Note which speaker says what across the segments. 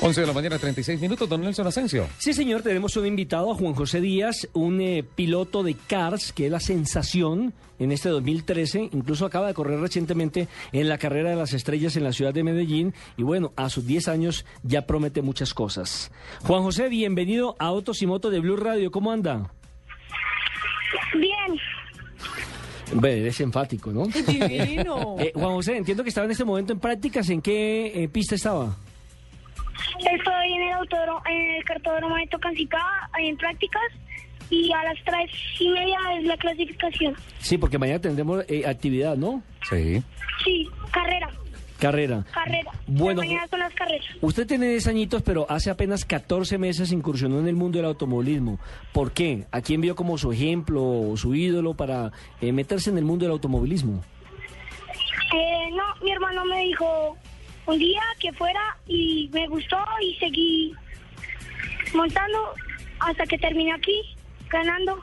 Speaker 1: 11 de la mañana, 36 minutos, don Nelson Asensio.
Speaker 2: Sí, señor, tenemos un invitado a Juan José Díaz, un eh, piloto de Cars, que es la sensación en este 2013. Incluso acaba de correr recientemente en la carrera de las estrellas en la ciudad de Medellín. Y bueno, a sus 10 años ya promete muchas cosas. Juan José, bienvenido a Autos y Motos de Blue Radio. ¿Cómo anda?
Speaker 3: Bien,
Speaker 2: Bueno, eres enfático, ¿no?
Speaker 4: Divino.
Speaker 2: Eh, Juan José, entiendo que estaba en este momento en prácticas. ¿En qué eh, pista estaba?
Speaker 3: estoy en el autódromo, en el cartódromo de Tocancipá, en prácticas, y a las tres y media es la clasificación.
Speaker 2: Sí, porque mañana tendremos eh, actividad, ¿no?
Speaker 1: Sí.
Speaker 3: Sí, carrera,
Speaker 2: Carrera.
Speaker 3: carrera.
Speaker 2: Bueno,
Speaker 3: De mañana son las carreras.
Speaker 2: Usted tiene 10 añitos, pero hace apenas 14 meses incursionó en el mundo del automovilismo. ¿Por qué? ¿A quién vio como su ejemplo o su ídolo para eh, meterse en el mundo del automovilismo?
Speaker 3: Eh, no, mi hermano me dijo un día que fuera y me gustó y seguí montando hasta que terminé aquí, ganando.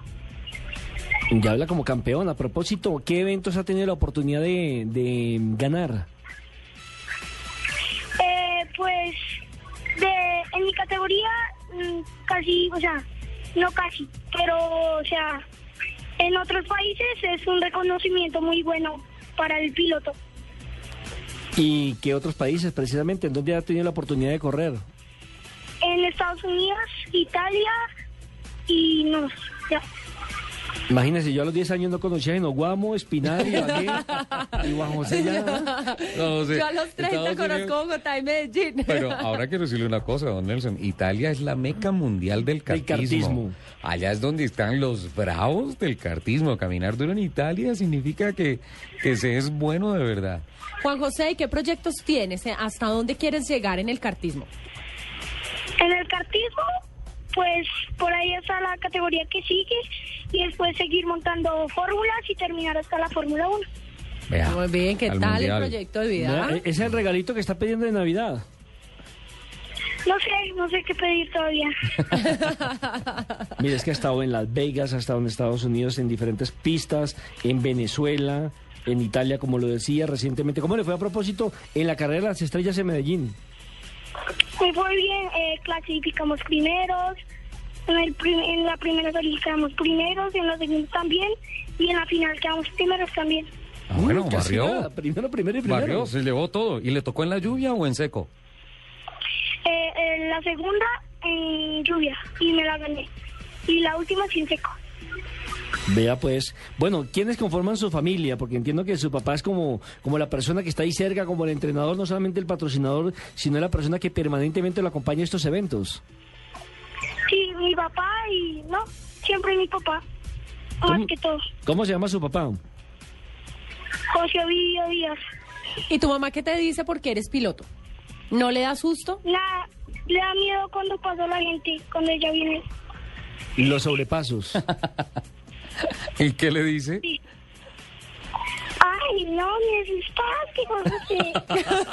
Speaker 2: Ya habla como campeón. A propósito, ¿qué eventos ha tenido la oportunidad de, de ganar?
Speaker 3: Eh, pues de, en mi categoría mm, casi, o sea, no casi, pero o sea, en otros países es un reconocimiento muy bueno para el piloto.
Speaker 2: ¿Y qué otros países precisamente? ¿En dónde ha tenido la oportunidad de correr?
Speaker 3: En Estados Unidos, Italia y no, ya.
Speaker 2: Imagínese, yo a los 10 años no conocía a Genoguamo, Espinal, Ibagué, y Juan José ya.
Speaker 1: No, sí,
Speaker 4: Yo a los 30
Speaker 1: Estados
Speaker 4: conozco
Speaker 1: Unidos.
Speaker 4: Bogotá y Medellín.
Speaker 1: Pero ahora quiero decirle una cosa, don Nelson. Italia es la meca mundial del
Speaker 2: Del
Speaker 1: cartismo.
Speaker 2: cartismo.
Speaker 1: Allá es donde están los bravos del cartismo. Caminar duro en Italia significa que, que se es bueno de verdad.
Speaker 4: Juan José, ¿y qué proyectos tienes? eh? ¿Hasta dónde quieres llegar en el cartismo?
Speaker 3: En el cartismo, pues por ahí está la categoría que sigue y después seguir montando fórmulas y terminar hasta la Fórmula 1.
Speaker 1: Vea,
Speaker 4: Muy bien, ¿qué
Speaker 1: al
Speaker 4: tal
Speaker 1: mundial. eh,
Speaker 4: el proyecto de vida?
Speaker 2: Vea, e-, Es el regalito que está pidiendo de Navidad.
Speaker 3: No sé, no sé qué pedir todavía.
Speaker 2: Mira, es que ha estado en Las Vegas, ha estado en Estados Unidos, en diferentes pistas, en Venezuela, en Italia, como lo decía recientemente. ¿Cómo le fue a propósito en la carrera de las estrellas en Medellín?
Speaker 3: Me fue bien, eh, clasificamos primeros, en, el prim- en la primera salida quedamos primeros, en la segunda también, y en la final quedamos primeros también.
Speaker 1: Ah, bueno,
Speaker 2: Mm, casi
Speaker 1: barrió.
Speaker 2: nada, Primero, primero y primero.
Speaker 1: Barrió, se llevó todo. ¿Y le tocó en la lluvia o en seco?
Speaker 3: Eh, en la segunda en lluvia, y me la gané. Y la última sin seco.
Speaker 2: Vea pues. Bueno, ¿quiénes conforman su familia? Porque entiendo que su papá es como, como la persona que está ahí cerca, como el entrenador, no solamente el patrocinador, sino la persona que permanentemente lo acompaña a estos eventos.
Speaker 3: Sí, mi papá y no, siempre mi papá, más
Speaker 2: ¿Cómo?
Speaker 3: que todo.
Speaker 2: ¿Cómo se llama su papá?
Speaker 3: José Ovidio Díaz.
Speaker 4: ¿Y tu mamá qué te dice porque eres piloto? ¿No le da susto?
Speaker 3: La, le da miedo cuando pasa la gente, cuando ella viene.
Speaker 2: Los sobrepasos.
Speaker 1: ¿Y qué le dice?
Speaker 3: Ay, no, me asustaste, José.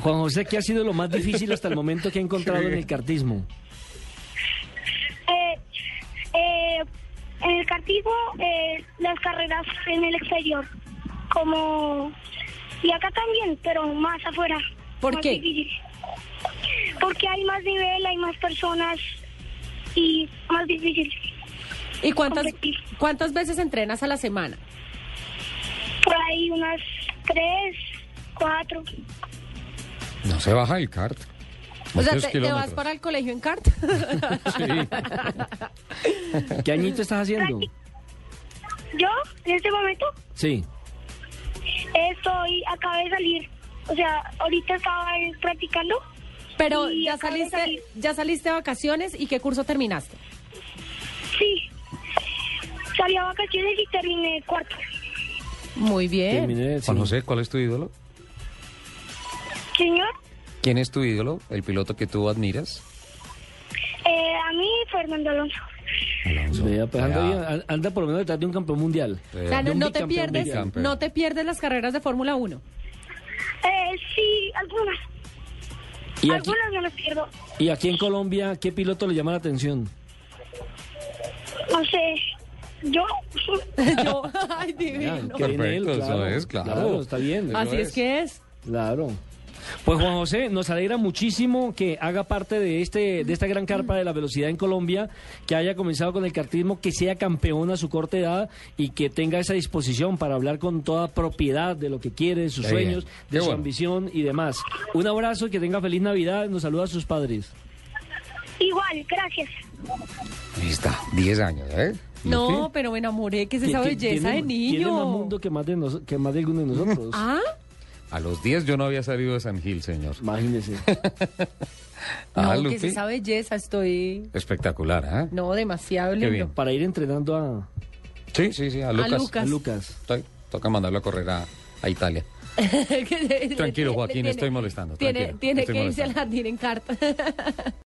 Speaker 2: Juan José, ¿qué ha sido lo más difícil hasta el momento que ha encontrado en el cartismo?
Speaker 3: Eh, eh, en el cartismo, eh, las carreras en el exterior, como... Y acá también, pero más afuera.
Speaker 4: ¿Por
Speaker 3: más
Speaker 4: qué?
Speaker 3: difícil. Porque hay más nivel, hay más personas y más difícil.
Speaker 4: ¿Y cuántas,
Speaker 3: Competir.
Speaker 4: cuántas veces entrenas a la semana?
Speaker 3: Por ahí unas tres, cuatro.
Speaker 1: No se baja el kart.
Speaker 4: O sea,
Speaker 1: Muchos
Speaker 4: te, te vas
Speaker 1: kilómetros.
Speaker 4: para el colegio en kart?
Speaker 2: ¿Qué añito estás haciendo?
Speaker 3: Yo, en este momento,
Speaker 2: Sí.
Speaker 3: estoy, acabé de salir. O sea, ahorita estaba eh, practicando.
Speaker 4: Pero
Speaker 3: Sí,
Speaker 4: ya
Speaker 3: acabo de
Speaker 4: saliste,
Speaker 3: salir.
Speaker 4: ya saliste de vacaciones y qué curso terminaste?
Speaker 3: Sí. Salí a vacaciones y terminé cuarto.
Speaker 4: Muy bien.
Speaker 2: Terminé, sí.
Speaker 1: Juan José, ¿cuál es tu ídolo?
Speaker 3: Señor,
Speaker 1: ¿Quién es tu ídolo? ¿El piloto que tú admiras?
Speaker 3: eh, a mí Fernando Alonso.
Speaker 1: Alonso.
Speaker 2: Vea, pues, anda,
Speaker 1: Vea.
Speaker 2: bien, an- anda por lo menos detrás de un campeón mundial.
Speaker 1: Sí.
Speaker 4: O sea, no,
Speaker 2: Un
Speaker 4: no te
Speaker 2: bicampeón
Speaker 4: pierdes,
Speaker 1: mundial.
Speaker 4: no te pierdes las carreras de Fórmula 1.
Speaker 3: Eh, sí, algunas.
Speaker 2: ¿Y aquí,
Speaker 3: Algunas no las pierdo.
Speaker 2: y aquí en Colombia, ¿qué piloto le llama la atención?
Speaker 3: No sé. Yo,
Speaker 4: Yo, ay, divino.
Speaker 2: Ah, qué bien
Speaker 1: Perfecto, eso es, claro.
Speaker 2: Está bien,
Speaker 1: Eso
Speaker 4: Así es
Speaker 1: es.
Speaker 4: que es.
Speaker 2: claro. Pues Juan José, nos alegra muchísimo que haga parte de este de esta gran carpa de la velocidad en Colombia, que haya comenzado con el kartismo, que sea campeón a su corta edad y que tenga esa disposición para hablar con toda propiedad de lo que quiere, de sus
Speaker 1: Qué
Speaker 2: sueños,
Speaker 1: bien. Qué
Speaker 2: de su
Speaker 1: bueno.
Speaker 2: ambición y demás. Un abrazo y que tenga feliz Navidad. Nos saluda a sus padres.
Speaker 3: Igual, gracias.
Speaker 1: Ahí está, 10 años, ¿eh?
Speaker 4: No, pero me enamoré, que es esa
Speaker 2: Que- que
Speaker 4: belleza de
Speaker 2: tiene- Tiene más
Speaker 4: niño.
Speaker 2: mundo que más de, nos- que más de alguno de nosotros.
Speaker 4: ¿Ah?
Speaker 1: A los 10 yo no había salido de San Gil, señor.
Speaker 2: Imagínese.
Speaker 1: Ah,
Speaker 4: No, que es
Speaker 1: Lupi.
Speaker 4: esa belleza, estoy...
Speaker 1: Espectacular, ¿ah?
Speaker 4: No, demasiado
Speaker 1: Qué
Speaker 4: lindo.
Speaker 1: bien.
Speaker 2: Para ir entrenando a,
Speaker 1: Sí, sí, sí, a
Speaker 4: Lucas.
Speaker 1: Lucas.
Speaker 2: a
Speaker 4: Lucas.
Speaker 2: Lucas.
Speaker 1: Estoy- toca mandarlo a correr a, a Italia.
Speaker 4: Que-
Speaker 1: Tranquilo, Joaquín,
Speaker 4: tiene-
Speaker 1: estoy molestando,
Speaker 4: Tiene,
Speaker 1: tranquilo,
Speaker 4: tiene
Speaker 1: estoy
Speaker 4: que irse al
Speaker 1: molestando.
Speaker 4: jardín en carta.